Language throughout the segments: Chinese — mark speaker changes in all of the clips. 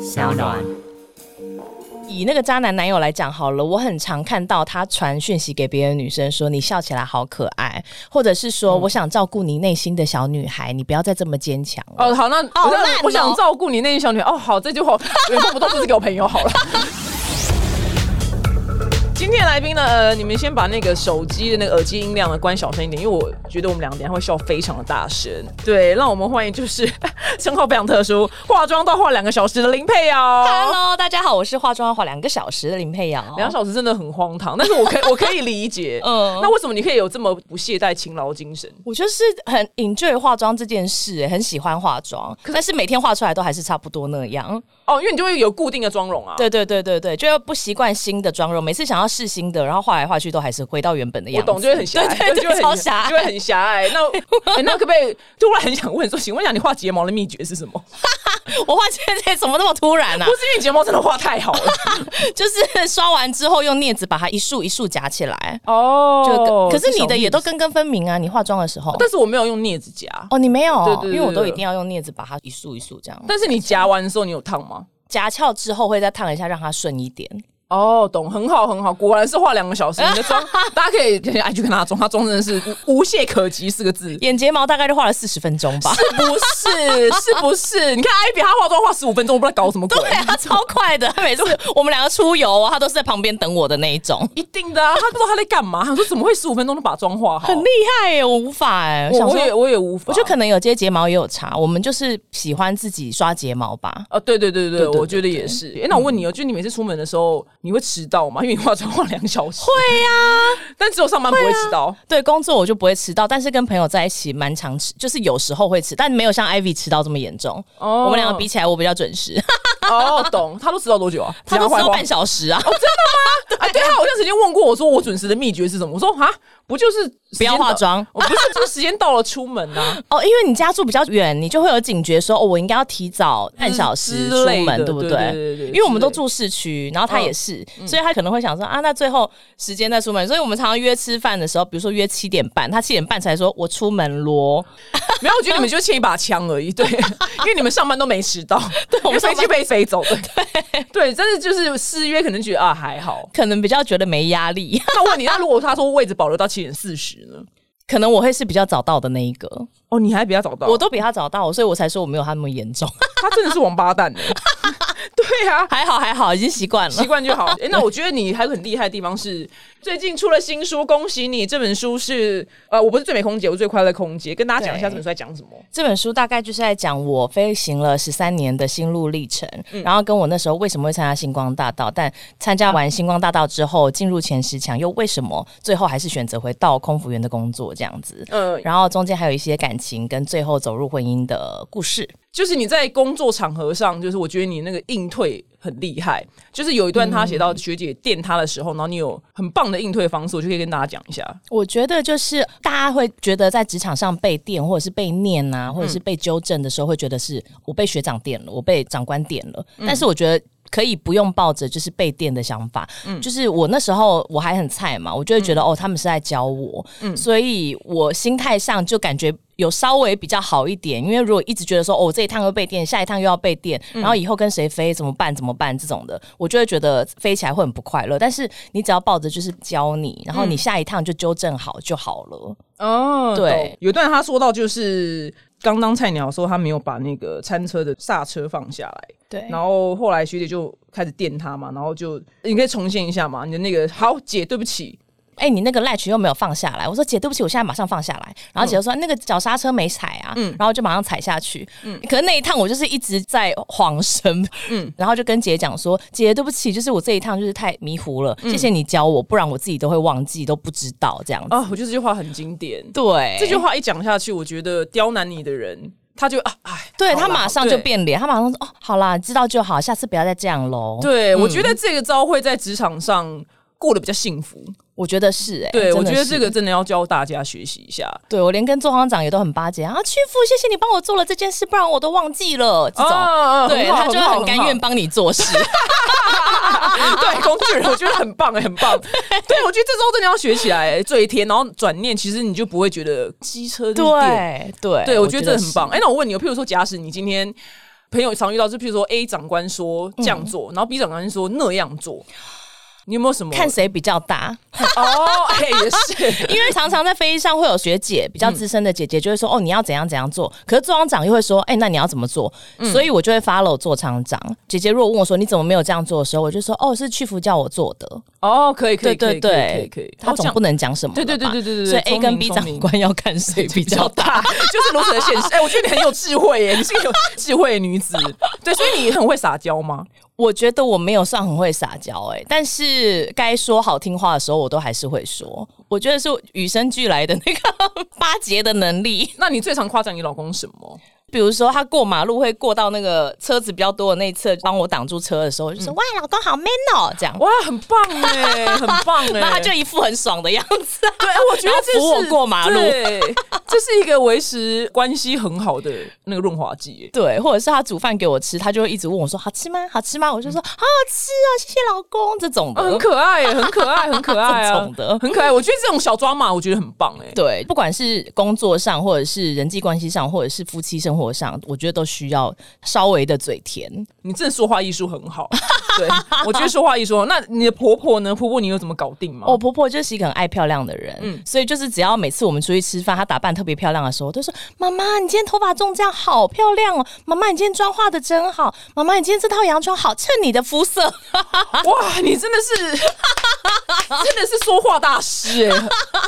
Speaker 1: 小暖。
Speaker 2: 以那个渣男男友来讲好了，我很常看到他传讯息给别的女生说：“你笑起来好可爱。”或者是说：“我想照顾你内心的小女孩，你不要再这么坚强 了。”
Speaker 3: 哦，好，那
Speaker 2: 好
Speaker 3: 我想
Speaker 2: 烂哦
Speaker 3: 我想照顾你那些小女孩。哦，好，这句话 原封不动，就是给我朋友好了。 今天的来宾呢，呃，你们先把那个手机的那个耳机音量呢关小声一点，因为我觉得我们两个等一下会笑非常的大声。对，让我们欢迎就是 称号非常特殊，化妆到化两个小时的林佩瑶。
Speaker 2: Hello，大家好，哦我是化妆要化两个小时的林佩瑶。
Speaker 3: 两小时真的很荒唐，但是我 可以我可以理解。
Speaker 2: 嗯
Speaker 3: 嗯，那为什么你可以有这么不懈怠勤劳精神？
Speaker 2: 我就是很 enjoy 化妆这件事、欸很喜欢化妆，但是每天化出来都还是差不多那样。
Speaker 3: 哦，因为你就会有固定的妆容啊。
Speaker 2: 对对对对对，就不习惯新的妆容，每次想要试新的，然后化来化去都还是回到原本的样子。
Speaker 3: 我懂，就会很狭隘，
Speaker 2: 对对
Speaker 3: 就
Speaker 2: 对，
Speaker 3: 会很
Speaker 2: 超狭隘
Speaker 3: 就。会很狭隘。 那、哎那可不可以突然很想问说，请问一下，你画睫毛的秘诀是什 么？
Speaker 2: 我画现在怎么那么突然啊
Speaker 3: 不？是因为你睫毛真的画太好了
Speaker 2: 就是刷完之后用镊子把它一束一束夹起来。就
Speaker 3: 哦
Speaker 2: 可是你的也都
Speaker 3: 跟，
Speaker 2: 根根分明啊，你化妆的时候。
Speaker 3: 但是我没有用镊子夹。
Speaker 2: 哦，你没有哦，
Speaker 3: 对对对对
Speaker 2: 因为我都一定要用镊子把它一束一束这样。
Speaker 3: 但是你夹完的时候，你有烫吗？
Speaker 2: 夹翘之后会再烫一下，让它顺一点。
Speaker 3: 哦，懂，很好，很好，果然是画两个小时。你的 妆，大家可以等一下 IG 跟他妆，他妆真的是无无懈可击四个字。
Speaker 2: 眼睫毛大概就画了四十分钟吧。
Speaker 3: 是不是？是不是？你看艾比，她化妆化十五分钟，我不知道搞什么鬼。
Speaker 2: 对啊，超快的。他每次我们两个出游啊，他都是在旁边等我的那一种，
Speaker 3: 一定的啊，她不知道她在干嘛。她说怎么会十五分钟就把妆化好？
Speaker 2: 很厉害耶！我无法哎，我想
Speaker 3: 我我也
Speaker 2: 说，
Speaker 3: 我也无法，
Speaker 2: 我觉得可能有接睫毛也有差，我们就是喜欢自己刷睫毛吧。
Speaker 3: 啊，对对对对，
Speaker 2: 对对嗯
Speaker 3: 我觉得也是。哎、那我问你哦，就你每次出门的时候，你会迟到吗？因为你化妆化两小时，
Speaker 2: 对呀、
Speaker 3: 但只有上班不会迟到。
Speaker 2: 对工作我就不会迟到，但是跟朋友在一起蛮常迟，就是有时候会迟，但没有像 Ivy 迟到这么严重。
Speaker 3: 哦
Speaker 2: 我们两个比起来，我比较准 时，
Speaker 3: 哦，懂。他都迟到多久啊？
Speaker 2: 啊 他都
Speaker 3: 讲
Speaker 2: 迟
Speaker 3: 坏
Speaker 2: 到
Speaker 3: 话
Speaker 2: 半小时啊。
Speaker 3: 啊，对他好像曾经问过我说，我准时的秘诀是什么？我说哈， 不就是时
Speaker 2: 不
Speaker 3: 间
Speaker 2: 要化
Speaker 3: 到
Speaker 2: 妆
Speaker 3: 我不是，就是时间到了出门啊。
Speaker 2: 哦，因为你家住比较远，你就会有警觉说，哦，我应该要提早半小时
Speaker 3: 嗯之
Speaker 2: 出
Speaker 3: 类
Speaker 2: 门，
Speaker 3: 的
Speaker 2: 对不
Speaker 3: 对对对对
Speaker 2: 因为我们
Speaker 3: 之
Speaker 2: 都
Speaker 3: 类
Speaker 2: 住市区，然后他
Speaker 3: 嗯
Speaker 2: 也是，所以他可能会想说啊，那最后时间再出门。所以我们常常约吃饭的时候，比如说约七点半，他七点半才说我出门咯。
Speaker 3: 没有，我觉得你们就欠一把枪而 已，对，因为你们上班都没迟到，对
Speaker 2: 我们上
Speaker 3: 飞
Speaker 2: 班
Speaker 3: 机被飞走，对对，但是就是失约，可能觉得啊还好。
Speaker 2: 可能比较觉得没压力，
Speaker 3: 那我问你，那如果他说位置保留到七点四十呢？
Speaker 2: 可能我会是比较早到的那一个，
Speaker 3: 哦，你还比较早到，
Speaker 2: 我都比他早到，所以我才说我没有他那么严重。
Speaker 3: 他真的是王八蛋呢、对啊，
Speaker 2: 还好还好，已经习惯
Speaker 3: 习
Speaker 2: 了。
Speaker 3: 惯就好。诶那我觉得你还有很厉害的地方是，最近出了新书，恭喜你！这本书是呃，我不是最美空姐，我是最快乐空姐。跟大家讲一下
Speaker 2: 对
Speaker 3: 这本书在讲什么。
Speaker 2: 这本书大概就是在讲我飞行了十三年的心路历程，然后跟我那时候为什么会参加星光大道，但参加完星光大道之后进入前十强，又为什么最后还是选择回到空服员的工作这样子。
Speaker 3: 呃，
Speaker 2: 嗯然后中间还有一些感情跟最后走入婚姻的故事。
Speaker 3: 就是你在工作场合上，就是我觉得你那个应退很厉害。就是有一段他写到学姐电他的时候，然后你有很棒的应退方式，我就可以跟大家讲一下。
Speaker 2: 我觉得就是大家会觉得在职场上被电，或者是被念啊，或者是被纠正的时候，会觉得是我被学长电了，我被长官电了。但是我觉得。可以不用抱着就是被电的想法，就是我那时候我还很菜嘛，我就会觉得、哦，他们是在教我，所以我心态上就感觉有稍微比较好一点，因为如果一直觉得说哦，我这一趟又被电，下一趟又要被电，然后以后跟谁飞怎么办怎么办这种的，我就会觉得飞起来会很不快乐。但是你只要抱着就是教你，然后你下一趟就纠正好就好了。
Speaker 3: 哦
Speaker 2: 对，
Speaker 3: 有一段他说到就是。刚当菜鸟的时候，他没有把那个餐车的刹车放下来，
Speaker 2: 对
Speaker 3: 然后后来学姐就开始电他嘛，然后就你可以重现一下嘛，你的那个好姐，对不起，
Speaker 2: 哎、你那个 latch 又没有放下来。我说姐，对不起，我现在马上放下来。然后姐就
Speaker 3: 嗯
Speaker 2: 说、那个脚刹车没踩啊，然后就马上踩下去。可是那一趟我就是一直在晃神，
Speaker 3: 嗯
Speaker 2: 然后就跟姐讲说，姐，对不起，就是我这一趟就是太迷糊
Speaker 3: 嗯
Speaker 2: 了，谢谢你教我，不然我自己都会忘记，都不知道这样子。
Speaker 3: 啊，我觉得这句话很经典，
Speaker 2: 对，
Speaker 3: 这句话一讲下去，我觉得刁难你的人，他就啊，哎，
Speaker 2: 对
Speaker 3: 好啦
Speaker 2: 他马上就。
Speaker 3: 好对
Speaker 2: 变脸，他马上说哦，好啦，知道就好，下次不要再这样喽。，
Speaker 3: 对，我觉得这个招会在职场上过得比较幸福。
Speaker 2: 我觉得是哎、
Speaker 3: 对，我
Speaker 2: 真的
Speaker 3: 觉得这个
Speaker 2: 是，
Speaker 3: 真的要教大家学习一下。
Speaker 2: 对我连跟做行长也都很巴结啊，屈服，谢谢你帮我做了这件事，不然我都忘记了这种。
Speaker 3: 哦
Speaker 2: 对他就会很甘。
Speaker 3: 好好
Speaker 2: 愿帮你做事，
Speaker 3: 好 对，啊工具人，我觉得很棒，很 棒。对，我觉得这周真的要学起来，欸嘴甜，然后转念，其实你就不会觉得机车就是电
Speaker 2: 对对
Speaker 3: 对，我觉得这很
Speaker 2: 是
Speaker 3: 棒。哎、那我问你哦，譬如说，假使你今天朋友常遇到，就譬如说 A 长官说这
Speaker 2: 嗯
Speaker 3: 样做，然后 B 长官说那样做，你有没有什么
Speaker 2: 看谁比较大，
Speaker 3: 哦，哎、也是，
Speaker 2: 因为常常在飞机上会有学姐比较资深的姐姐就会说、哦你要怎样怎样做，可是座舱长又会说哎、那你要怎么做，
Speaker 3: 嗯
Speaker 2: 所以我就会 follow 座舱长。姐姐如果问我说你怎么没有这样做的时候，我就说哦是去福叫我做的，
Speaker 3: 哦，可以，可以，
Speaker 2: 对
Speaker 3: 可以，
Speaker 2: 对
Speaker 3: 可以，可以，
Speaker 2: 对
Speaker 3: 可以，，
Speaker 2: 他总不
Speaker 3: 能
Speaker 2: 能讲什么了吧，
Speaker 3: 对对对对对对
Speaker 2: 所以 A
Speaker 3: 聪
Speaker 2: 跟
Speaker 3: 明
Speaker 2: B
Speaker 3: 聪
Speaker 2: 长
Speaker 3: 明
Speaker 2: 官要看谁比
Speaker 3: 比较
Speaker 2: 较大。
Speaker 3: 大，就是如此的现实。哎、我觉得你很有智慧耶，你是个有智慧的女子。对，所以你很会撒娇吗？
Speaker 2: 我觉得我没有算很会撒娇哎、但是该说好听话的时候，我都还是会说。我觉得是与生俱来的那个巴结的能力。
Speaker 3: 那你最常夸奖你老公什么？
Speaker 2: 比如说，他过马路会过到那个车子比较多的那一侧，帮我挡住车的时候，我就说：“哇，老公好 man 哦！”这样，
Speaker 3: 哇，很棒哎，很棒 哎。
Speaker 2: 那他就一副很爽的样子、啊。
Speaker 3: 对，哎我觉得
Speaker 2: 然后
Speaker 3: 这是
Speaker 2: 扶我过马路
Speaker 3: 对，这是一个维持关系很好的那个润滑剂耶。
Speaker 2: 对，或者是他煮饭给我吃，他就会一直问我说：“好吃吗？好吃吗？”我就说：“好好吃哦，谢谢老公。”这种
Speaker 3: 啊
Speaker 2: 的，
Speaker 3: 很可爱耶，很可爱，很可爱
Speaker 2: 这
Speaker 3: 啊
Speaker 2: 种的，
Speaker 3: 很可爱。我觉得这种小抓马，我觉得很棒哎。
Speaker 2: 对，不管是工作上，或者是人际关系上，或者是夫妻生活上，我觉得都需要稍微的嘴甜。
Speaker 3: 你真的说话艺术很好，对我觉得说话艺术很好。那你的婆婆呢？婆婆你有怎么搞定吗？
Speaker 2: 哦我婆婆就是一个很爱漂亮的人，所以就是只要每次我们出去吃饭，她打扮特别漂亮的时候，我都说：“妈妈，你今天头发种这样好漂亮哦！妈妈，你今天妆化的真好！妈妈，你今天这套洋装好衬你的肤色。
Speaker 3: 哇，你真的是，真的是说话大师哎、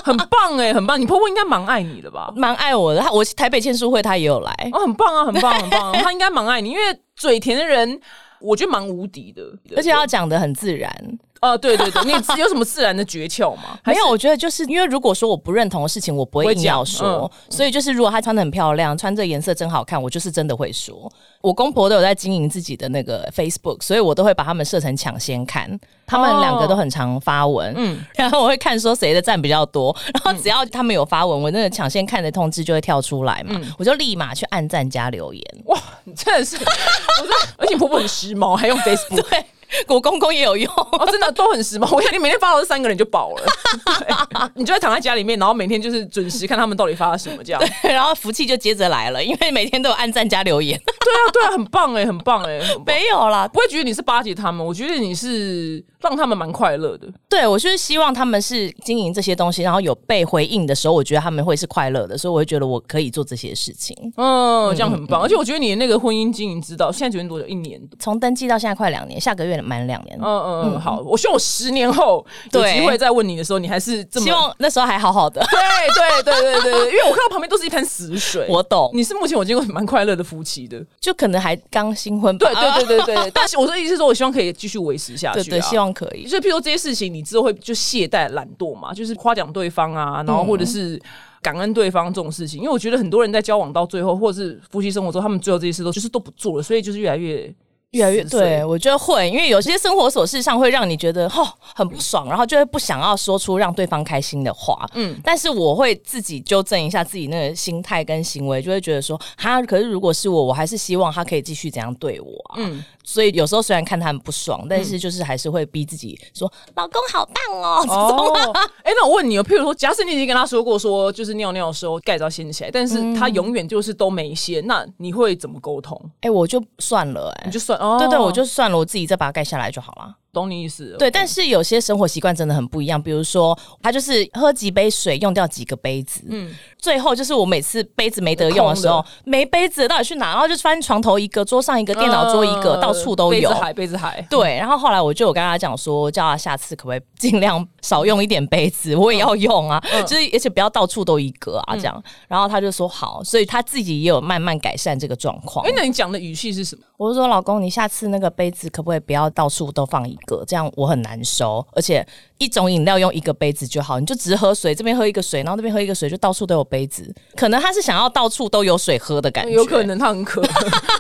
Speaker 3: 很棒哎、很棒！你婆婆应该蛮爱你的”吧？
Speaker 2: 蛮爱我的，她我台北签书会她也有来，
Speaker 3: 哦，很棒啊，很棒，很棒、啊！她应该蛮爱你，因为嘴甜的人，我觉得蛮无敌的。
Speaker 2: 而且她讲的很自然。
Speaker 3: 呃，对对对，你有什么自然的诀窍吗？
Speaker 2: 没有，我觉得就是因为如果说我不认同的事情，我不
Speaker 3: 不
Speaker 2: 会嗯
Speaker 3: 会
Speaker 2: 硬要
Speaker 3: 讲
Speaker 2: 说，所以就是如果她穿的很漂亮，穿这颜色真好看，我就是真的会说。我公婆都有在经营自己的那个 Facebook，所以我都会把他们设成抢先看，他们两个都很常发文，嗯，然后我会看说谁的赞比较多，然后只要他们有发文，我那个抢先看的通知就会跳出来嘛，我就立马去按赞加留言。
Speaker 3: 哇，你真的是，我真的，而且你婆婆很时髦，还用 Facebook。
Speaker 2: 对，我公公也有用。
Speaker 3: 哦，真的都很时髦。我看你每天发到这三个人就饱了，对 你就会躺在家里面，然后每天就是准时看他们到底发了什么这样。
Speaker 2: 然后福气就接着来了，因为每天都有按赞加留言，
Speaker 3: 对啊，对啊，很棒哎、很棒哎、很棒
Speaker 2: 没有啦，
Speaker 3: 不会觉得你是巴结他们，我觉得你是让他们蛮快乐的。
Speaker 2: 对，我就是希望他们是经营这些东西，然后有被回应的时候，我觉得他们会是快乐的，所以我会觉得我可以做这些事情。
Speaker 3: 嗯，这样很棒。而且我觉得你的那个婚姻经营之道，现在决定多久？一年多。
Speaker 2: 从登记到现在快两年，下个月满两年，
Speaker 3: 嗯嗯嗯，好，我希望我十年后有
Speaker 2: 对
Speaker 3: 机会再问你的时候，你还是这么
Speaker 2: 希。望那时候还好好的。
Speaker 3: 对对对对对，对因为我看到旁边都是一滩死水。
Speaker 2: 我懂，
Speaker 3: 你是目前我见过蛮快乐的夫妻的，
Speaker 2: 就可能还刚新婚吧，
Speaker 3: 对对对对对。但是我的意思是说，我希望可以继续维持下去、
Speaker 2: 对
Speaker 3: 啊。
Speaker 2: 对，希望可以。
Speaker 3: 所以，譬如说这些事情，你之后会就懈怠、懒惰嘛，就是夸奖对方啊，然后或
Speaker 2: 嗯
Speaker 3: 者是感恩对方这种事情。因为我觉得很多人在交往到最后，或者是夫妻生活之后，他们最后这些事都就是都不做了，所以就是越来越
Speaker 2: 越来越
Speaker 3: 死碎
Speaker 2: 对，我觉得会，因为有些生活琐事上会让你觉得哦很不爽，然后就会不想要说出让对方开心的话。嗯，但是我会自己纠正一下自己那个心态跟行为，就会觉得说哈，可是如果是我，我还是希望他可以继续怎样对我啊。嗯，所以有时候虽然看他很不爽，但
Speaker 3: 嗯
Speaker 2: 是就是还是会逼自己说，老公好棒哦。 这种
Speaker 3: 哦，哎、那我问你哦，譬如说，假设你已经跟他说过说，就是尿尿的时候盖子要掀起来，但是他
Speaker 2: 嗯
Speaker 3: 永远就是都没掀，那你会怎么沟通？
Speaker 2: 哎、我就算了、哎
Speaker 3: 你，就算哦，
Speaker 2: 对对，我就算了，我自己再把它盖下来就好了。
Speaker 3: 懂你意思了。
Speaker 2: 对，但是有些生活习惯真的很不一样，比如说他就是喝几杯水用掉几个杯子，嗯，最后就是我每次杯子没得用的时候
Speaker 3: 空，
Speaker 2: 没杯子到底去哪？然后就翻床头一个，桌上一个，电脑桌一个，
Speaker 3: 呃
Speaker 2: 到处都
Speaker 3: 杯
Speaker 2: 有
Speaker 3: 子。海，杯子海。
Speaker 2: 对，然后后来我就有跟他讲说，叫他下次可不可以尽量少用一点杯子，
Speaker 3: 嗯
Speaker 2: 我也要用啊，就是而且不要到处都一个啊，这样。然后他就说好，所以他自己也有慢慢改善这个状况
Speaker 3: 哎、。那你讲的语气是什么？
Speaker 2: 我就说老公，你下次那个杯子可不可以不要到处都放一个？这样我很难收，而且一种饮料用一个杯子就好，你就只喝水，这边喝一个水，然后那边喝一个水，就到处都有杯子。可能他是想要到处都有水喝的感觉，
Speaker 3: 有可。能他很 渴，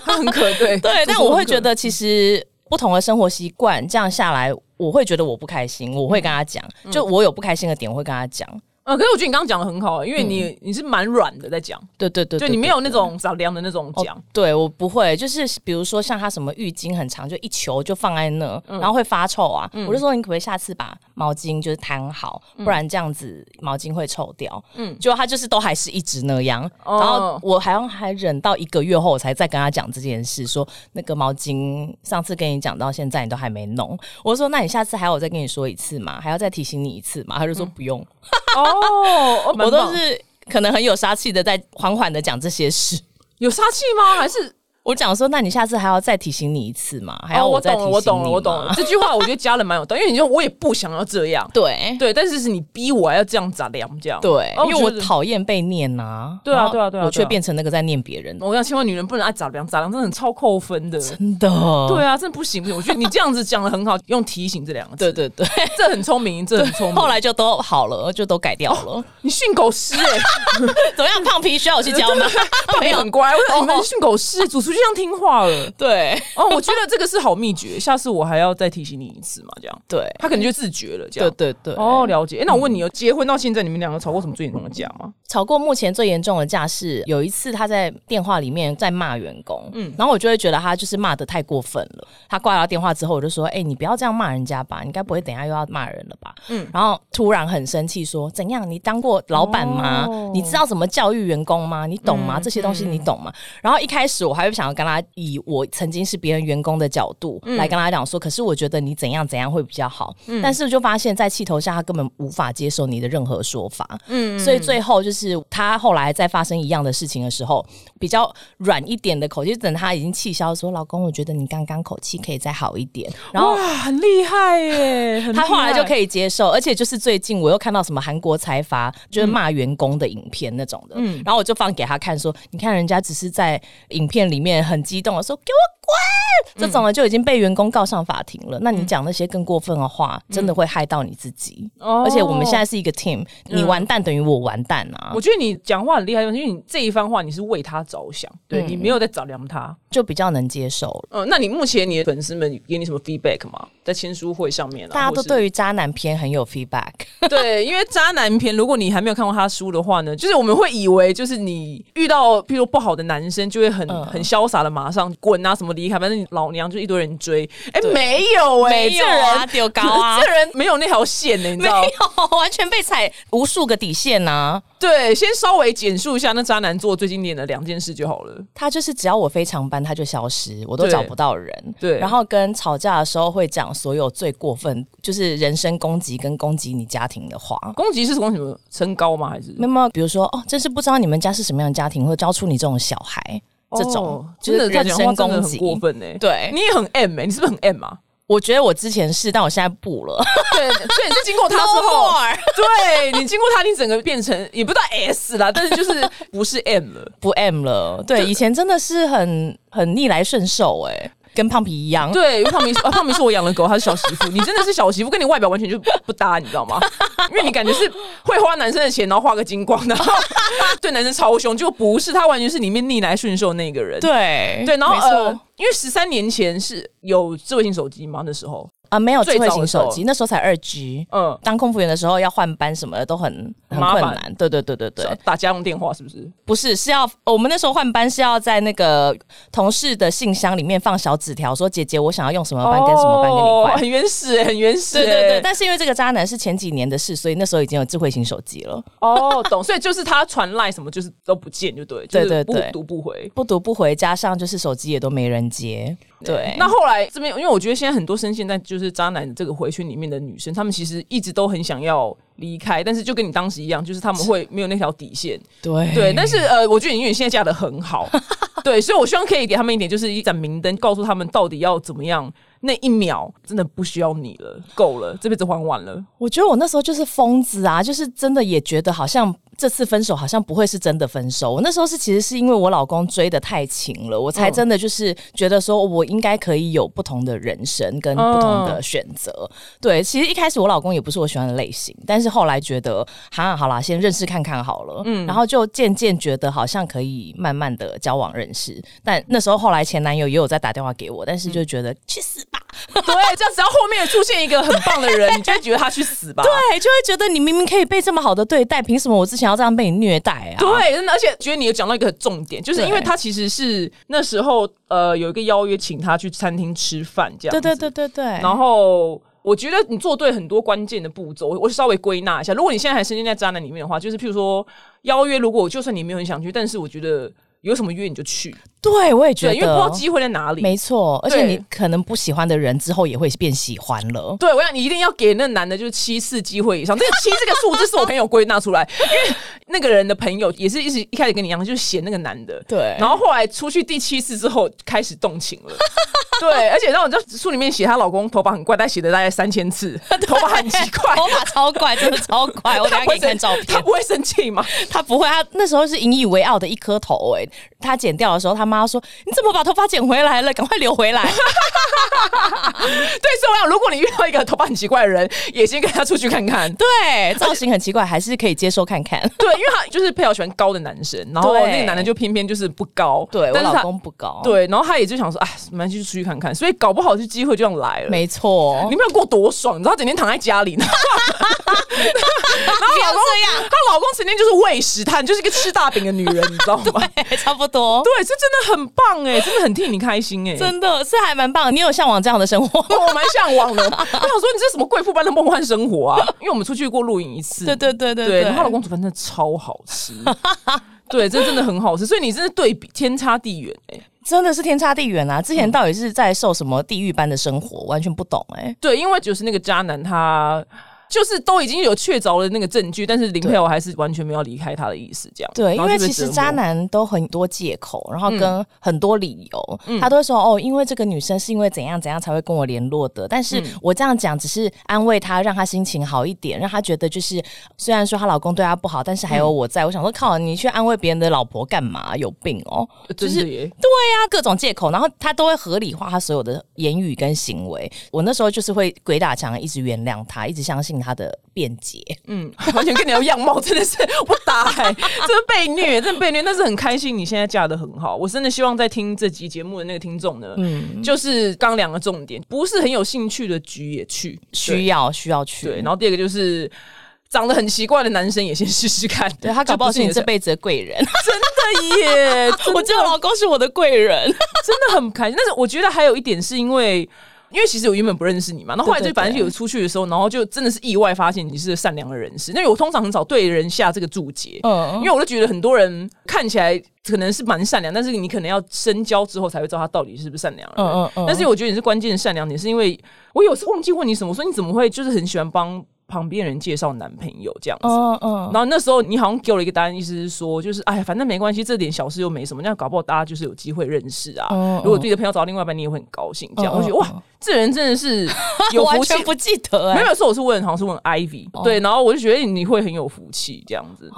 Speaker 3: 他很渴， 对
Speaker 2: 对，但我会觉
Speaker 3: 得。
Speaker 2: 得其实不同的生活习
Speaker 3: 嗯
Speaker 2: 惯这样下来，我会觉得我不开心，我会跟他讲，就我有不开心的点，我会跟他讲。
Speaker 3: 呃，可是我觉得你刚刚讲的很好、因为你、你是蛮软的在讲，
Speaker 2: 对对嗯对
Speaker 3: 就
Speaker 2: 对，
Speaker 3: 你没
Speaker 2: 有
Speaker 3: 有那种杂粮的那种讲。
Speaker 2: 哦对我不会，就是比如说像它什么浴巾很长，就一球就放在那，
Speaker 3: 嗯
Speaker 2: 然后会发臭啊。我就说你可不可以下次把毛巾就是摊好，不然这样子毛巾会臭掉。
Speaker 3: 嗯
Speaker 2: 嗯，结果它就是都还是一直那样。
Speaker 3: 哦
Speaker 2: 然后我好像还忍到一个月后，我才再跟他讲这件事，说那个毛巾上次跟你讲到现在你都还没弄。我说那你下次还要我再跟你说一次吗？还要再提醒你一次吗？他就说不用，
Speaker 3: 哦，哦
Speaker 2: 我
Speaker 3: 蛮
Speaker 2: 都
Speaker 3: 棒
Speaker 2: 是可能很有杀气的在缓缓的讲这些事。
Speaker 3: 有杀气吗？还是
Speaker 2: 我讲说，那你下次还要再提醒你一次吗？还要
Speaker 3: 哦我
Speaker 2: 再
Speaker 3: 懂
Speaker 2: 提醒
Speaker 3: 了，
Speaker 2: 你、
Speaker 3: 我懂了，我懂 了。。这句话我觉得加了蛮有道理，因为你说我也不想要这样，
Speaker 2: 对
Speaker 3: 对，但是是你逼我还要这样杂粮这样。
Speaker 2: 对
Speaker 3: 哦，
Speaker 2: 因为
Speaker 3: 我
Speaker 2: 我
Speaker 3: 觉得
Speaker 2: 讨厌被念呐、
Speaker 3: 对啊
Speaker 2: 然后
Speaker 3: 对啊对啊
Speaker 2: 我
Speaker 3: 对
Speaker 2: 却
Speaker 3: 啊
Speaker 2: 变成那个在念别人的，
Speaker 3: 我跟你讲，千万女人不能爱杂粮，杂粮真的很超扣分的。
Speaker 2: 真的。
Speaker 3: 对啊，真的不行不行，我觉得你这样子讲的很好，用提醒这两个字，
Speaker 2: 对对对，
Speaker 3: 这很聪明，这很聪 明。哦
Speaker 2: 后来就都好了，就都改掉了。
Speaker 3: 你训狗师哎、
Speaker 2: 怎么样，胖皮需要我去教吗？ 没
Speaker 3: 你
Speaker 2: 有
Speaker 3: 很，乖，我想
Speaker 2: 哦
Speaker 3: 你们训狗师，主厨就这样听话了。
Speaker 2: 对
Speaker 3: 哦，我觉得这个是好秘诀，下次我还要再提醒你一次嘛，这样
Speaker 2: 对
Speaker 3: 他可能就自觉了，这
Speaker 2: 对
Speaker 3: 样。
Speaker 2: 对对。嗯
Speaker 3: 哦，了解。哎、那我问你哦，结婚到现在，你们两个吵过什么最严重的架吗？
Speaker 2: 吵过目前最严重的架是，有一次他在电话里面在骂员工，
Speaker 3: 嗯
Speaker 2: 嗯，然后我就会觉得他就是骂的太过分了。他挂掉电话之后，我就说：“哎、你不要这样骂人家吧，你该不会等一下又要骂人了吧？”
Speaker 3: 嗯
Speaker 2: 嗯，然后突然很生气说：“怎样？你当过老板吗？
Speaker 3: 哦
Speaker 2: 你知道怎么教育员工吗？你懂吗？
Speaker 3: 嗯
Speaker 2: 这些东西你懂吗？”然后一开始我还会想要跟他以我曾经是别人员工的角度
Speaker 3: 嗯
Speaker 2: 来跟他讲说，可是我觉得你怎样怎样会比较好。但是就发现，在气头下他根本无法接受你的任何说法。
Speaker 3: 嗯，
Speaker 2: 所以最后就是他后来在发生一样的事情的时候，比较软一点的口气，等他已经气消说：“老公，我觉得你刚刚口气可以再好一点。”然后
Speaker 3: 哇，很厉害 耶！很厉
Speaker 2: 他
Speaker 3: 害
Speaker 2: 后来就可以接受，而且就是最近我又看到什么韩国财阀就是骂员工的影片那种的，
Speaker 3: 嗯
Speaker 2: 然后我就放给他看说：“你看人家只是在影片里面很激动的说‘给我滚’，这种的就已经被员工告上法庭
Speaker 3: 嗯
Speaker 2: 了。那你讲那些更过分的话，真的会害到你自己。
Speaker 3: 哦
Speaker 2: 而且我们现在是一个 team，你
Speaker 3: 嗯
Speaker 2: 完蛋等于我完蛋啊。”
Speaker 3: 我觉得你讲话很厉害，因为你这一番话你是为他着想，对、你没有在找量他。
Speaker 2: 就比较能接受了。
Speaker 3: 嗯，那你目前你的粉丝们给你什么 feedback 吗？在签书会上面、啊，
Speaker 2: 大家
Speaker 3: 或
Speaker 2: 都
Speaker 3: 是
Speaker 2: 对于渣男片很有 feedback，
Speaker 3: 对，因为渣男片，如果你还没有看过他书的话呢，就是我们会以为就是你遇到譬如不好的男生，就会很、
Speaker 2: 嗯
Speaker 3: 很潇洒的马上滚啊什么离开，反正你老娘就一堆人追。哎、
Speaker 2: 对
Speaker 3: 没有哎、这人。
Speaker 2: 丢高
Speaker 3: 这人没有那条线呢、你知
Speaker 2: 没
Speaker 3: 道？
Speaker 2: 有， 完全被踩无数个底线啊呐、
Speaker 3: 对，先稍微简述一下那渣男做最经典的两件事就好了。
Speaker 2: 他就是只要我非常班，他就消失，我都
Speaker 3: 对
Speaker 2: 找不到人。
Speaker 3: 对
Speaker 2: 然后跟吵架的时候会讲所有最过分，就是人身攻击跟攻击你家庭的话。
Speaker 3: 攻击是攻击什么？身高吗？还是
Speaker 2: 那么比如说，哦，真是不知道你们家是什么样的家庭，会教出你这种小孩，这种
Speaker 3: 哦
Speaker 2: 就是
Speaker 3: 真的
Speaker 2: 人
Speaker 3: 讲话
Speaker 2: 身
Speaker 3: 真的
Speaker 2: 攻
Speaker 3: 很
Speaker 2: 击。
Speaker 3: 过分呢、欸
Speaker 2: 对
Speaker 3: 你也很 M 哎、你是不是很 M 啊？
Speaker 2: 我觉得我之前是，但我现在不了。
Speaker 3: 对，所以你是经过 他 之
Speaker 2: No
Speaker 3: 后
Speaker 2: more，
Speaker 3: 对你经过他，你整个变成也不知道 S 啦，但是就是不是 M 了。
Speaker 2: 不 M 了。对，以前真的是很很逆来顺受、哎，跟胖皮一样。
Speaker 3: 对，因为胖明、啊、胖明是我养的狗，它是小媳妇。你真的是小媳妇，跟你外表完全就不搭，你知道吗？因为你感觉是会花男生的钱，然后画个精光，然后 对男生超凶，就不是他，完全是里面逆来顺受那个人。
Speaker 2: 对
Speaker 3: 对，然后
Speaker 2: 没错
Speaker 3: 呃，因为十三年前是有智慧型手机嘛，那时候，
Speaker 2: 啊，没有
Speaker 3: 最
Speaker 2: 智慧型手
Speaker 3: 早的时
Speaker 2: 机，那时候才二 G。
Speaker 3: 嗯，
Speaker 2: 当空服员的时候要换班什么的都很很
Speaker 3: 麻
Speaker 2: 困
Speaker 3: 烦
Speaker 2: 难，啊对对对对对，
Speaker 3: 打家用电话是不是？
Speaker 2: 不是是要我们那时候换班是要在那个同事的信箱里面放小纸条，说姐姐我想要用什么班跟什么班跟你
Speaker 3: 哦
Speaker 2: 换，
Speaker 3: 很原始、欸，很原始、
Speaker 2: 对
Speaker 3: 欸，
Speaker 2: 对对。但是因为这个渣男是前几年的事，所以那时候已经有智慧型手机了，
Speaker 3: 哦，懂，所以就是他传赖什么，就是都不见，就对，就是
Speaker 2: 对对
Speaker 3: 不
Speaker 2: 对
Speaker 3: 读不回。
Speaker 2: 不读不回，加上就是手机也都没人接，对，
Speaker 3: 那后来这边，因为我觉得现在很多深陷在就是渣男这个回圈里面的女生，她们其实一直都很想要离开，但是就跟你当时一样，就是她们会没有那条底线。
Speaker 2: 对
Speaker 3: 对，但是呃，我觉得因为你现在嫁的很 好，对，所以我希望可以给他们一点就是一盏明灯，告诉他们到底要怎么样。那一秒真的不需要你了，够了，这辈子还完 了。
Speaker 2: 我觉得我那时候就是疯子啊，就是真的也觉得好像这次分手好像不会是真的分手。我那时候是其实是因为我老公追的太勤了，我才
Speaker 3: 嗯
Speaker 2: 真的就是觉得说我应该可以有不同的人生跟不同的选择。对，其实一开始我老公也不是我喜欢的类型，但是后来觉得哈好啦，先认识看看好了。嗯，然后就渐渐觉得好像可以慢慢的交往认识。但那时候后来前男友也有在打电话给我，但是就觉得、去死吧，
Speaker 3: 对，这样只要后面出现一个很棒的人，你就会觉得他去死 吧。
Speaker 2: 对，就会觉得你明明可以被这么好的对待，凭什么我之前要这样被你虐待啊？
Speaker 3: 对，真的，而且觉得你有讲到一个很重点，就是因为
Speaker 2: 对
Speaker 3: 他其实是那时候呃有一个邀约，请他去餐厅吃饭这样子。
Speaker 2: 对对对对对，
Speaker 3: 然后我觉得你做对很多关键的步骤，我我稍微归纳一下。如果你现在还深陷在渣男里面的话，就是譬如说邀约，如果就算你没有很想去，但是我觉得有什么约你就去，
Speaker 2: 对我也觉得，
Speaker 3: 对，因为不知道机会在哪里。
Speaker 2: 没错，而且
Speaker 3: 对
Speaker 2: 你可能不喜欢的人之后也会变喜欢了。
Speaker 3: 对，我想你一定要给那男的，就是七次机会以 上。这个七这个数字是我朋友归纳出来，因为那个人的朋友也是一直一开始跟你一样，就是嫌那个男的，
Speaker 2: 对
Speaker 3: 然后后来出去第七次之后开始动情 了，对，而且让我在书里面写她老公头发很怪，但写的大概三千 次，头发很奇怪，
Speaker 2: 头发超怪，真的超 怪，我等一下给你看照
Speaker 3: 他
Speaker 2: 片。
Speaker 3: 不会生 气吗？
Speaker 2: 他不会，他那时候是引以为傲的一颗头、哎，他剪掉的时候，他妈说：“你怎么把头发剪回来了？赶快留回 来。。
Speaker 3: 对，所以我想，如果你遇到一个头发很奇怪的人，也先跟他出去看看”
Speaker 2: 对，造型很奇怪，还是可以接受看看。
Speaker 3: 对，因为他就是配偶喜欢高的男生，然后
Speaker 2: 对
Speaker 3: 那个男的就偏偏就是不高，
Speaker 2: 对我
Speaker 3: 但是
Speaker 2: 老
Speaker 3: 他
Speaker 2: 公不高，，
Speaker 3: 对，然后他也就想说，哎，蛮就出去看看，所以搞不好这机会就这样来了。
Speaker 2: 没错，
Speaker 3: 你没有过多爽，你知道他整天躺在家里， 然后
Speaker 2: 不要这样，
Speaker 3: 她老公成天就是喂食她，就是一个吃大饼的女人，你知道吗？
Speaker 2: 哎 差不多，
Speaker 3: 对，这真的很棒哎、真的很替你开心哎、
Speaker 2: 真的是还蛮棒。你有向往这样的生活吗？
Speaker 3: 我蛮向往的，我想说你这什么贵妇般的梦幻生活啊！因为我们出去过露营一次，
Speaker 2: 对对对对
Speaker 3: 对，
Speaker 2: 对，
Speaker 3: 然后她老公煮饭真的超好吃， 对，这真的很好吃，所以你真的对比天差地远哎、
Speaker 2: 真的是天差地远啊！之前到底是在受什么地狱般的生活，完全不懂哎、
Speaker 3: 对，因为就是那个渣男他。就是都已经有确凿的那个证据，但是林佩瑶还是完全没有离开他的意思，这样
Speaker 2: 对，因
Speaker 3: 然后
Speaker 2: 为
Speaker 3: 就被
Speaker 2: 其实
Speaker 3: 折磨
Speaker 2: 渣男都很多借口，然后跟很多理由，
Speaker 3: 嗯
Speaker 2: 他都会说哦，因为这个女生是因为怎样怎样才会跟我联络的。但是
Speaker 3: 嗯
Speaker 2: 我这样讲只是安慰她，让她心情好一点，让她觉得就是虽然说她老公对她不好，但是还
Speaker 3: 嗯
Speaker 2: 有我在。我想说，靠，你去安慰别人的老婆干嘛？有病哦！就
Speaker 3: 呃真的
Speaker 2: 是
Speaker 3: 耶，
Speaker 2: 对呀、各种借口，然后他都会合理化他所有的言语跟行为。我那时候就是会鬼打墙，一直原谅他，一直相信他的辩解。
Speaker 3: 嗯， 完全跟你的样貌真的是不搭、欸，真的被虐，真的被虐，但是很开心你现在嫁的很好，我真的希望在听这集节目的那个听众呢，嗯，就是刚两个重点，不是很有兴趣的局也去，
Speaker 2: 需要需要去，
Speaker 3: 对，对然后第二个就是。长得很奇怪的男生也先试试看，
Speaker 2: 对他搞不好是你这
Speaker 3: 辈
Speaker 2: 辈子的贵 人。
Speaker 3: 真的耶，
Speaker 2: 我觉得我老公是我的贵人，
Speaker 3: 真的很开心。但是我觉得还有一点是因为。因为其实我原本不认识你嘛，然后后来
Speaker 2: 对
Speaker 3: 就
Speaker 2: 对对
Speaker 3: 反正就有出去的时候，然后就真的是意外发现你是个善良的人士。因为我通常很少对人下这个注解，
Speaker 2: 嗯
Speaker 3: 因为我就觉得很多人看起来可能是蛮善良，但是你可能要深交之后才会知道他到底是不是善良的人。
Speaker 2: 嗯嗯嗯
Speaker 3: 但是我觉得你是关键的善良点，是因为我有次忘记问你什么，我说你怎么会就是很喜欢帮旁边人介绍男朋友这样子？
Speaker 2: 嗯嗯，
Speaker 3: 然后那时候你好像给我了一个答案，意思是说，就是哎，反正没关系，这点小事又没什么，那搞不好大家就是有机会认识啊。
Speaker 2: 嗯
Speaker 3: 如果自己的朋友找到另外一半，你也会很高兴。这样，
Speaker 2: 嗯
Speaker 3: 我觉得
Speaker 2: 嗯
Speaker 3: 哇，这人真的是有
Speaker 2: 完
Speaker 3: 福气
Speaker 2: 全。不记得
Speaker 3: 没
Speaker 2: 哎、
Speaker 3: 有说我是问，好像是问 Ivy，、对，然后我就觉得你会很有福气这样子。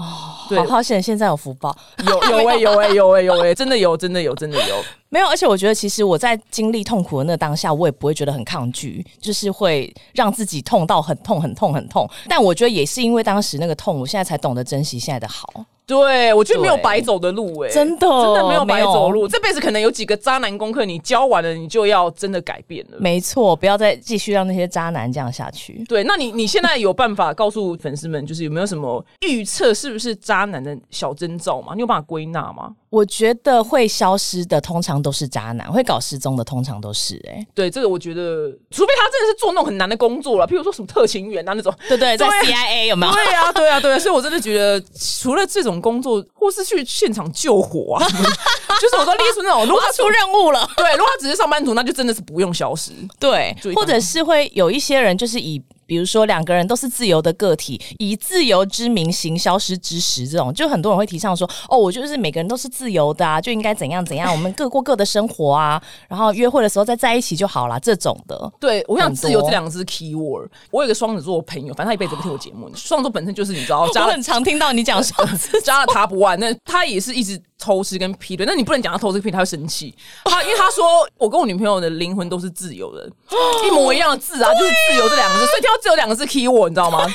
Speaker 3: 对
Speaker 2: 好好险，现在有福报。
Speaker 3: 有有哎、有哎、有哎、有哎、真的有真的有真的有，
Speaker 2: 没有，而且我觉得其实我在经历痛苦的那当下，我也不会觉得很抗拒，就是会让自己痛到很痛、很痛、很痛。但我觉得也是因为当时那个痛，我现在才懂得珍惜现在的好。
Speaker 3: 对我觉得没有
Speaker 2: 对
Speaker 3: 白走的路哎、
Speaker 2: 真的
Speaker 3: 真的没有白
Speaker 2: 没有
Speaker 3: 走路，这辈子可能有几个渣男功课，你教完了，你就要真的改变了。
Speaker 2: 没错，不要再继续让那些渣男这样下去。
Speaker 3: 对，那你你现在有办法告诉粉丝们，就是有没有什么预测是不是渣男的小征兆吗？你有办法归纳吗？
Speaker 2: 我觉得会消失的通常都是渣男，会搞失踪的通常都是哎、
Speaker 3: 对，这个我觉得，除非他真的是做那种很难的工作了，譬如说什么特勤员啊那种。
Speaker 2: 对对，在
Speaker 3: 对
Speaker 2: CIA 有没有？
Speaker 3: 对啊，对啊，对啊，所以我真的觉得，除了这种工作，或是去现场救火啊，就是我都列出那种，如果
Speaker 2: 他
Speaker 3: 他
Speaker 2: 出任务了。
Speaker 3: 对，如果他只是上班族，那就真的是不用消失。
Speaker 2: 对
Speaker 3: 注意，
Speaker 2: 或
Speaker 3: 他
Speaker 2: 者是会有一些人就是以。比如说，两个人都是自由的个体，以自由之名行消失之实，这种就很多人会提倡说：“哦，我就是每个人都是自由的啊，就应该怎样怎样，我们各过各的生活啊，然后约会的时候再在一起就好啦。这种的。
Speaker 3: 对，我想
Speaker 2: 很
Speaker 3: 自由
Speaker 2: 多
Speaker 3: 这两个字 key word。我有一个双子座朋友，反正他一辈子不听我节 目。双子座本身就是你知道，
Speaker 2: 我
Speaker 3: 渣男
Speaker 2: 很常听到你讲说，
Speaker 3: 渣了他不完，那他也是一直偷吃跟劈腿。那你不能讲他偷吃劈腿，他会生气。他因为他说我跟我女朋友的灵魂都是自由的，一模一样的字啊，就是自由这两个字。所以听到自由两个字 key 我，你知道吗？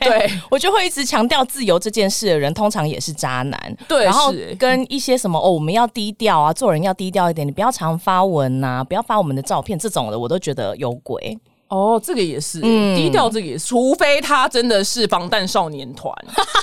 Speaker 3: 对
Speaker 2: 我就会一直强调自由这件事的人，通常也是渣男。
Speaker 3: 对
Speaker 2: 然后
Speaker 3: 是欸
Speaker 2: 跟一些什么哦，我们要低调啊，做人要低调一点，你不要常发文呐、不要发我们的照片这种的，我都觉得有鬼。
Speaker 3: 哦，这个也是、
Speaker 2: 嗯
Speaker 3: 低调，这个也是，除非他真的是防弹少年团，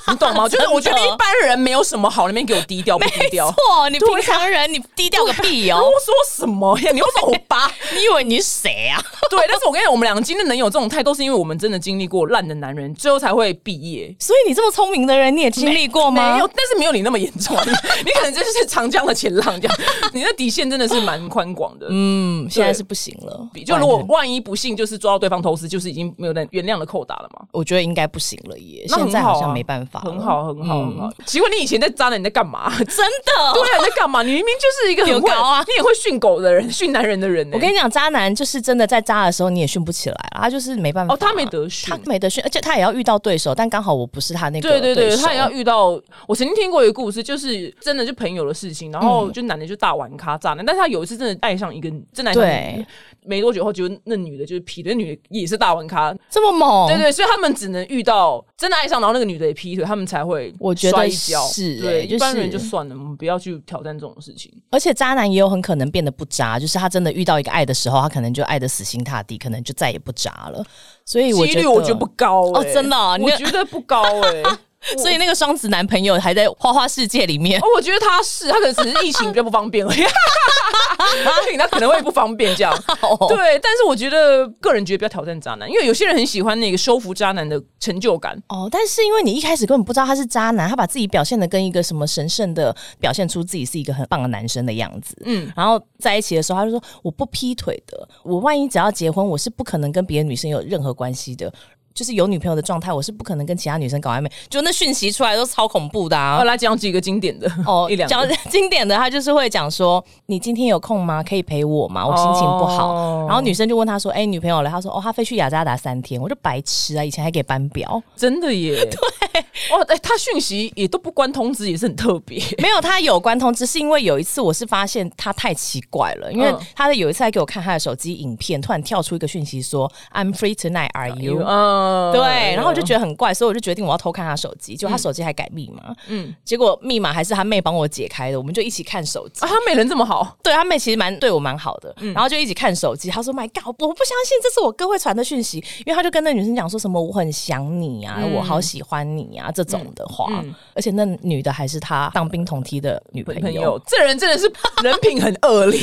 Speaker 3: 你懂 吗？我觉得，我觉得
Speaker 2: 真的
Speaker 3: 一般人没有什么好那边给我低调不低调。
Speaker 2: 错，你平常人你低调个屁
Speaker 3: 我
Speaker 2: 哦！
Speaker 3: 说什么呀？你又说我爸？
Speaker 2: 你以为你是谁啊？
Speaker 3: 对，但是我跟你讲，我们两个今天能有这种态度，是因为我们真的经历过烂的男人，最后才会毕业。
Speaker 2: 所以你这么聪明的人，你也经历过吗？
Speaker 3: 没有，但是没有你那么严 重。你你可能就是长江的前浪这样，你的底线真的是蛮宽广的。嗯，
Speaker 2: 嗯，现在是不行了。
Speaker 3: 就如果
Speaker 2: 完全
Speaker 3: 万一不幸就是抓到对方偷吃，就是已经没有人原谅的扣打了嘛。
Speaker 2: 我觉得应该不行了耶，
Speaker 3: 那
Speaker 2: 现在
Speaker 3: 很好
Speaker 2: 好像
Speaker 3: 啊
Speaker 2: 没办法了嗯
Speaker 3: 很好，很好，很好。奇怪，你以前在渣男，你在 干嘛？
Speaker 2: 真的。
Speaker 3: 对啊，你在干嘛？你明明就是一个很
Speaker 2: 有
Speaker 3: 会
Speaker 2: 搞啊
Speaker 3: 你也会训狗的人，训男人的人欸呢、
Speaker 2: 我跟你讲，渣男就是真的在渣的时候，你也训不起来了，他就是没办法。
Speaker 3: 哦，他没得训
Speaker 2: 他。没得选，而且他也要遇到对手，但刚好我不是他那个
Speaker 3: 对对对，
Speaker 2: 手
Speaker 3: 他也要遇到。我曾经听过一个故事，就是真的就朋友的事情，然
Speaker 2: 嗯
Speaker 3: 后就男的就大玩咖渣男，但是他有一次真的爱上一个真男
Speaker 2: 对，
Speaker 3: 没多久后，结果那女的就是劈腿，那女的也是大玩咖，
Speaker 2: 这么猛，
Speaker 3: 对对，所以他们只能遇到真的爱上，然后那个女的也劈腿，他们才会
Speaker 2: 我觉得
Speaker 3: 摔跤。
Speaker 2: 是
Speaker 3: 对，
Speaker 2: 欸
Speaker 3: 一般
Speaker 2: 就是
Speaker 3: 人就算了，我们不要去挑战这种事情。
Speaker 2: 而且渣男也有很可能变得不渣，就是他真的遇到一个爱的时候，他可能就爱的死心塌地，可能就再也不渣了。所以我
Speaker 3: 几率我觉得不高
Speaker 2: 哦
Speaker 3: 欸
Speaker 2: 真的哦你
Speaker 3: 我觉得不高 哎。
Speaker 2: 所以那个双子男朋友还在花花世界里面
Speaker 3: 哦，，我觉得他是，他可能只是疫情比较不方便而已， 他可能会不方便这样。
Speaker 2: 哦
Speaker 3: 对，但是我觉得个人觉得不要挑战渣男，因为有些人很喜欢那个收服渣男的成就感。
Speaker 2: 哦，但是因为你一开始根本不知道他是渣男，他把自己表现的跟一个什么神圣的，表现出自己是一个很棒的男生的样子，嗯，然后在一起的时候，他就说我不劈腿的，我万一只要结婚，我是不可能跟别的女生有任何关系的。就是有女朋友的状态，我是不可能跟其他女生搞暧昧。就那讯息出来都超恐怖的啊
Speaker 3: 我！来讲几个经典的
Speaker 2: 哦
Speaker 3: 一，两
Speaker 2: 讲
Speaker 3: 个。
Speaker 2: 经典的，他就是会讲说：“你今天有空吗？可以陪我吗？我心情不好。
Speaker 3: 哦
Speaker 2: 然后女生就问他说：“哎、女朋友来？”他说：“哦，他飞去雅加达三天。”我就白痴啊！以前还给班表，
Speaker 3: 真 的耶，对，哦，哎、他讯息也都不关通知，也是很特别。
Speaker 2: 没有，他有关通知，是因为有一次我是发现他太奇怪了，因为
Speaker 3: 嗯
Speaker 2: 他的有一次还给我看他的手机影片，突然跳出一个讯息说 “I'm free tonight, are you？” 哦
Speaker 3: 嗯，
Speaker 2: 对，然后我就觉得很怪，所以我就决定我要偷看他手机，结果他手机还改密码，嗯，结果密码还是他妹帮我解开的，我们就一起看手机。
Speaker 3: 啊，他美人这么好，
Speaker 2: 对他妹其实蛮对我蛮好的，然后就一起看手机。他说：“My God，我不相信这是我哥会传的讯息，因为他就跟那女生讲说什么我很想你啊，我好喜欢你啊这种的话，而且那女的还是他当兵同梯的女朋
Speaker 3: 朋
Speaker 2: 友
Speaker 3: 友，，这人真的是人品很恶 劣，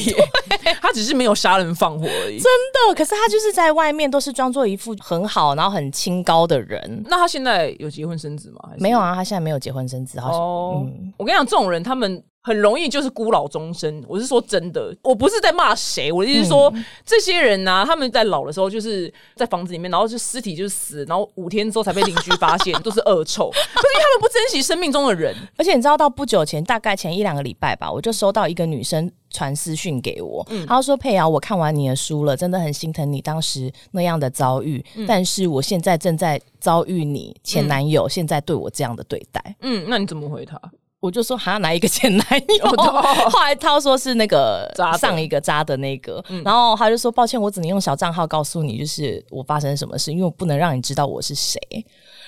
Speaker 3: 他只是没有杀人放火而已。
Speaker 2: 真的。可是他就是在外面都是装作一副很好，然后很清高的人。
Speaker 3: 那他现在有结婚生子吗？还是
Speaker 2: 没有啊，他现在没有结婚生子，好像、
Speaker 3: 哦，我跟你讲，这种人他们很容易就是孤老终生。我是说真的，我不是在骂谁，我的意思是说，这些人呢、他们在老的时候就是在房子里面，然后就尸体就是死，然后五天之后才被邻居发现，都是恶臭，可是因为他们不珍惜生命中的人。
Speaker 2: 而且你知道，到不久前，大概前一两个礼拜吧，我
Speaker 3: 嗯
Speaker 2: 就收到一个女生传私讯给我，她说：“佩瑶，我看完你的书了，真的很心疼你当时那样的遭遇，
Speaker 3: 嗯
Speaker 2: 但是我现在正在遭遇你前男友现在对我这样的对待。
Speaker 3: 嗯，那你怎么回他？
Speaker 2: 我就说：“哈，哪一个前男友？”
Speaker 3: 哦
Speaker 2: 后来她说是那个
Speaker 3: 渣的嗯
Speaker 2: 上一个渣的那个，然后她就说：“抱歉，我只能用小账号告诉你，就是我发生什么事，因为我不能让你知道我是谁。”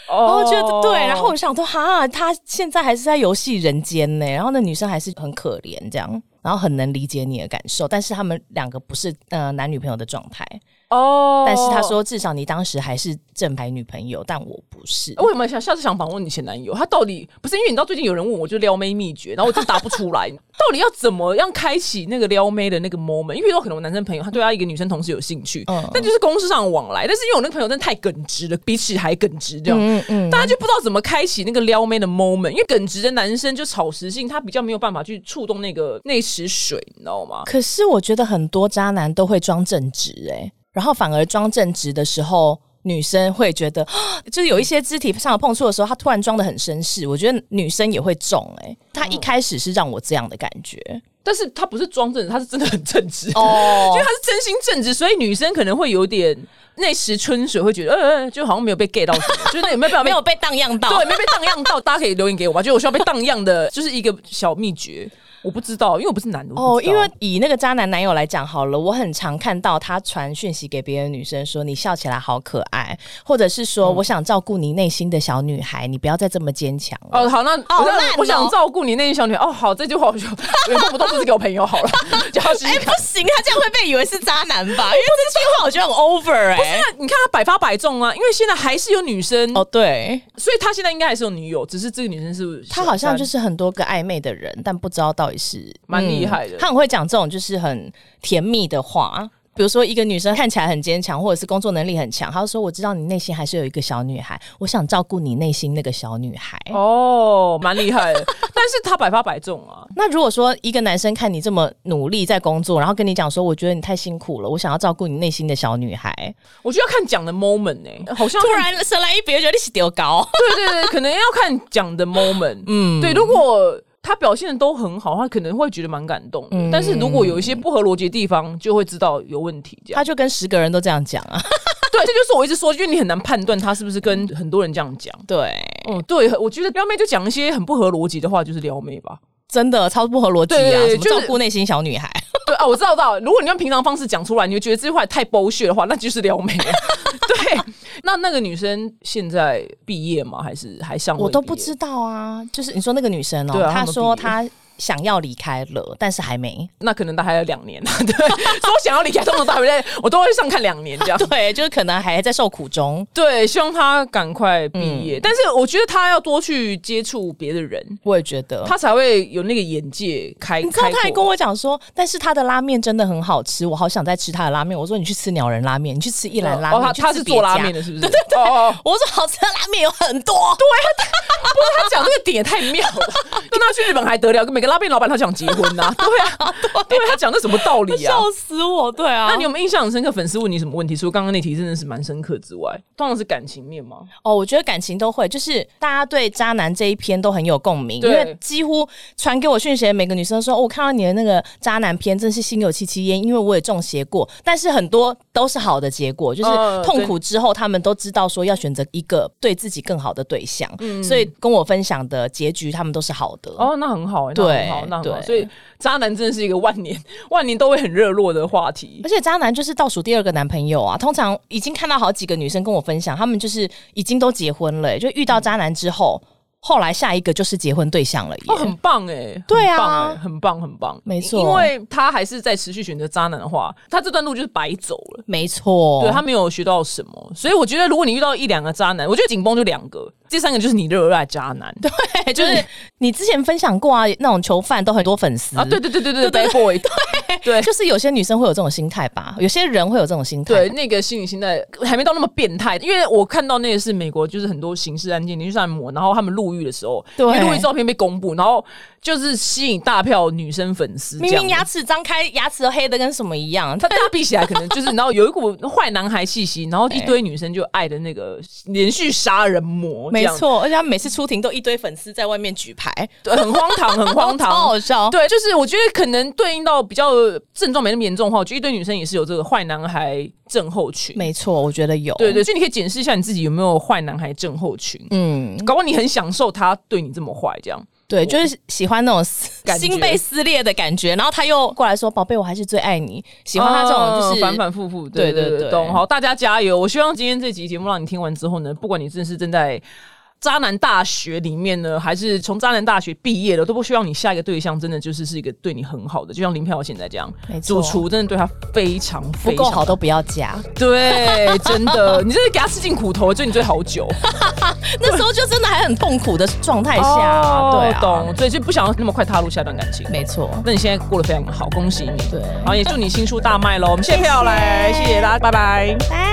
Speaker 2: 然后
Speaker 3: 哦
Speaker 2: 觉得对，然后我想说哈，他现在还是在游戏人间呢，然后那女生还是很可怜这样，然后很能理解你的感受，但是他们两个不是呃男女朋友的状态，
Speaker 3: 哦，
Speaker 2: 但是他说至少你当时还是正牌女朋友，但我不是。
Speaker 3: 我有没有想下次想访问你前男友？他到底不是因为你知道最近有人问我，就撩妹秘诀，然后我就答不出来， 到底要怎么样开启那个撩妹的那个 moment？因为有可能我男生朋友他对他一个女生同事有兴趣，
Speaker 2: 嗯
Speaker 3: 但就是公事上的往来，但是因为我那个朋友真的太耿直了，比起还耿直这样。
Speaker 2: 嗯嗯，
Speaker 3: 大家就不知道怎么开启那个撩妹的 moment，因为耿直的男生就草食性，他比较没有办法去触动那个那池水，你知道吗？
Speaker 2: 可是我觉得很多渣男都会装正直哎、然后反而装正直的时候。女生会觉得， 啊就是有一些肢体上的碰触的时候，他突然装的很绅士，我觉得女生也会中哎、他一开始是让我这样的感觉，
Speaker 3: 但是他不是装正直，他是真的很正直。
Speaker 2: 哦
Speaker 3: 因为他是真心正直，所以女生可能会有点那时春水，会觉得呃，呃就好像没有被 get 到什么， 就是那有没有办法
Speaker 2: 没
Speaker 3: 被
Speaker 2: 有被荡漾到。
Speaker 3: 对，没有被荡漾到，大家可以留言给我吧。就我需要被荡漾的，就是一个小秘诀。我不知道，因为我不是男的
Speaker 2: 哦，因为以那个渣男男友来讲好了，我很常看到他传讯息给别的女生说你笑起来好可爱，或者是说我想照顾你内心的小女孩，你不要再这么坚强了。
Speaker 3: 哦，好，那
Speaker 2: 好
Speaker 3: 我想
Speaker 2: 烂哦
Speaker 3: 我想照顾你那些小女孩。哦，好，这句话我就原封不动就是给我朋友好了，就要是
Speaker 2: 哎、不行，他这样会被以为哎是渣男吧？因为这句话我觉得很 over 哎、
Speaker 3: 你看他百发百中啊，因为现在还是有女生，
Speaker 2: 哦，对，
Speaker 3: 所以他现在应该还是有女友，只是这个女生是不是
Speaker 2: 他好像就是是很多个暧昧的人，但不知道到底是
Speaker 3: 蛮厉
Speaker 2: 嗯
Speaker 3: 害的
Speaker 2: 他很会讲这种就是很甜蜜的话。比如说，一个女生看起来很坚强，或者是工作能力很强，她就说：“我知道你内心还是有一个小女孩，我想照顾你内心那个小女孩。
Speaker 3: 哦，蛮厉害的， 但是他百发百中啊，
Speaker 2: 那如果说一个男生看你这么努力在工作，然后跟你讲说：“我觉得你太辛苦了，我想要照顾你内心的小女孩。
Speaker 3: 我觉得要看讲的 moment 呢、好”像
Speaker 2: 突然生来一笔，觉得你是丢高。
Speaker 3: 对对对，可能要看讲的 moment，
Speaker 2: 嗯，
Speaker 3: 对，如果他表现的都很好，他可能会觉得蛮感动的。
Speaker 2: 嗯
Speaker 3: 但是如果有一些不合逻辑的地方，就会知道有问题。这样，
Speaker 2: 他就跟十个人都这样讲啊。
Speaker 3: 对，这就是我一直说，因为你很难判断他是不是跟嗯很多人这样讲。
Speaker 2: 对，
Speaker 3: 嗯，对，我觉得撩妹就讲一些很不合逻辑的话，就是撩妹 吧。
Speaker 2: 真的超不合逻辑
Speaker 3: 对
Speaker 2: 啊！
Speaker 3: 对
Speaker 2: 什
Speaker 3: 对
Speaker 2: 么
Speaker 3: 就是
Speaker 2: 照顾内心小女孩？
Speaker 3: 对啊，我知道，我知道。如果你用平常方式讲出来，你就觉得这句话太剥削的话，那就是撩 妹。对，那那个女生现在毕业吗？还是还上？
Speaker 2: 我都不知。道啊，就是你说那个女生哦、
Speaker 3: 对啊
Speaker 2: 她说
Speaker 3: 他
Speaker 2: 她想要离开了，但是还没。
Speaker 3: 那可能她还有两年。 对，说想要离开，通常大学在我都会上看两年这 样。
Speaker 2: 对，就是可能还在受苦中。
Speaker 3: 对，希望他赶快毕业。但是我觉得他要多去接触别的人，
Speaker 2: 我也觉得，
Speaker 3: 他才会有那个眼界开。
Speaker 2: 你知道
Speaker 3: 开哦
Speaker 2: 她还
Speaker 3: 阔
Speaker 2: 跟我讲说，但是她的拉面真的很好吃，我好想再吃她的拉面。我说你去吃鸟人拉面，你去吃一兰拉面，
Speaker 3: 哦，他
Speaker 2: 你去吃
Speaker 3: 他是
Speaker 2: 别
Speaker 3: 做拉
Speaker 2: 家
Speaker 3: 面的，。是不是？对对对。哦哦，
Speaker 2: 我说好吃的拉面有很多，
Speaker 3: 不过他讲这个点也太妙 了。跟他去日本还得了，跟每个拉面老板他想结婚呐、 对啊，对啊，他讲这什么 道理啊？
Speaker 2: 笑死我！对啊，
Speaker 3: 那你有没有印象很深刻？粉丝问你什么问题？除了刚刚那题真的是蛮深刻之外，通常是感情面吗？
Speaker 2: 哦，我觉得感情都会，就是大家对渣男这一篇都很有共鸣，因
Speaker 3: 对
Speaker 2: 为几乎传给我讯息的每个女生说、哦我看到你的那个渣男篇，真是心有戚戚焉，因为我也中邪过。但是很多都是好的结果，就是
Speaker 3: 嗯
Speaker 2: 痛苦之后，他们都知道说要选择一个对自己更好的对象，所以跟我分享的结局，他们都是好的。
Speaker 3: 嗯哦，那很好、欸，那
Speaker 2: 对
Speaker 3: 很好，那很好。
Speaker 2: 对
Speaker 3: 所以渣男真的是一个万年万年都会很热络的话题。
Speaker 2: 而且渣男就是倒数第二个男朋友啊，通常已经看到好几个女生跟我分享，他们就是已经都结婚了、欸就遇
Speaker 3: 嗯
Speaker 2: 到渣男之后，后来下一个就是结婚对象了耶。
Speaker 3: 哦，很棒哎、
Speaker 2: 对啊
Speaker 3: 很棒欸很棒，很棒，
Speaker 2: 没错
Speaker 3: 因为他还是在持续选择渣男的话，他这段路就是白走了。
Speaker 2: 没错，
Speaker 3: 对他没有学到什么，所以我觉得如果你遇到一两个渣男，我觉得紧绷就两个，第三个就是你热爱渣男。对
Speaker 2: 对， 就是你之前分享过啊，那种囚犯都很多粉丝
Speaker 3: 啊，对对对对对，bad boy，对对
Speaker 2: 就是有些女生会有这种心态吧，有些人会有这种心态。
Speaker 3: 对，，那个心理心态还没到那么变态，因为我看到那个是美国，就是很多刑事案件，你去按摩，然后他们入狱的时候，
Speaker 2: 对
Speaker 3: 因为入狱照片被公布，然后就是吸引大票女生粉丝，
Speaker 2: 明
Speaker 3: 这样
Speaker 2: 明牙齿张开，牙齿都黑的跟什么一样，
Speaker 3: 他大家比起来，可能就是 然后有一股坏男孩气息，然后一堆女生就爱的那个连续杀人魔，
Speaker 2: 没
Speaker 3: 这样，
Speaker 2: 错，而且他每次出庭都一堆粉丝在外面举牌，
Speaker 3: 对很荒唐，很荒
Speaker 2: 超
Speaker 3: 唐。
Speaker 2: 好笑。
Speaker 3: 对，就是我觉得可能对应到比较症状没那么严重的话，我觉得一堆女生也是有这个坏男孩症候群。
Speaker 2: 没错，我觉得有。
Speaker 3: 对，对，所以你可以检视一下你自己有没有坏男孩症候群。
Speaker 2: 嗯，
Speaker 3: 搞不好你很享受他对你这么坏，这样
Speaker 2: 对，就是喜欢那种撕
Speaker 3: 感觉
Speaker 2: 心被撕裂的感觉，然后他又过来说：“宝贝，我还是最爱你。”喜欢他这种就是、
Speaker 3: 嗯反反复复，
Speaker 2: 对
Speaker 3: 对
Speaker 2: 对
Speaker 3: 对
Speaker 2: 对
Speaker 3: 对，懂。好，大家加油！我希望今天这集节目让你听完之后呢，不管你真的是正在。渣男大学里面呢，还是从渣男大学毕业的，都不希望你下一个对象真的就是是一个对你很好的，就像林飘现在这样
Speaker 2: 没，错
Speaker 3: 主厨真的对他非常
Speaker 2: 不
Speaker 3: 非
Speaker 2: 够
Speaker 3: 常
Speaker 2: 好都不要加。
Speaker 3: 对，真的，你真的给他吃尽苦头，追你追 好久。
Speaker 2: 那时候就真的还很痛苦的状态下啊，对啊，
Speaker 3: 哦懂，所以就不想要那么快踏入下段感情。
Speaker 2: 没错。
Speaker 3: 那你现在过得非常好，恭喜你。
Speaker 2: 对
Speaker 3: 好，也祝你新书大卖喽！我们谢票嘞，谢谢大家，拜拜。
Speaker 2: 拜。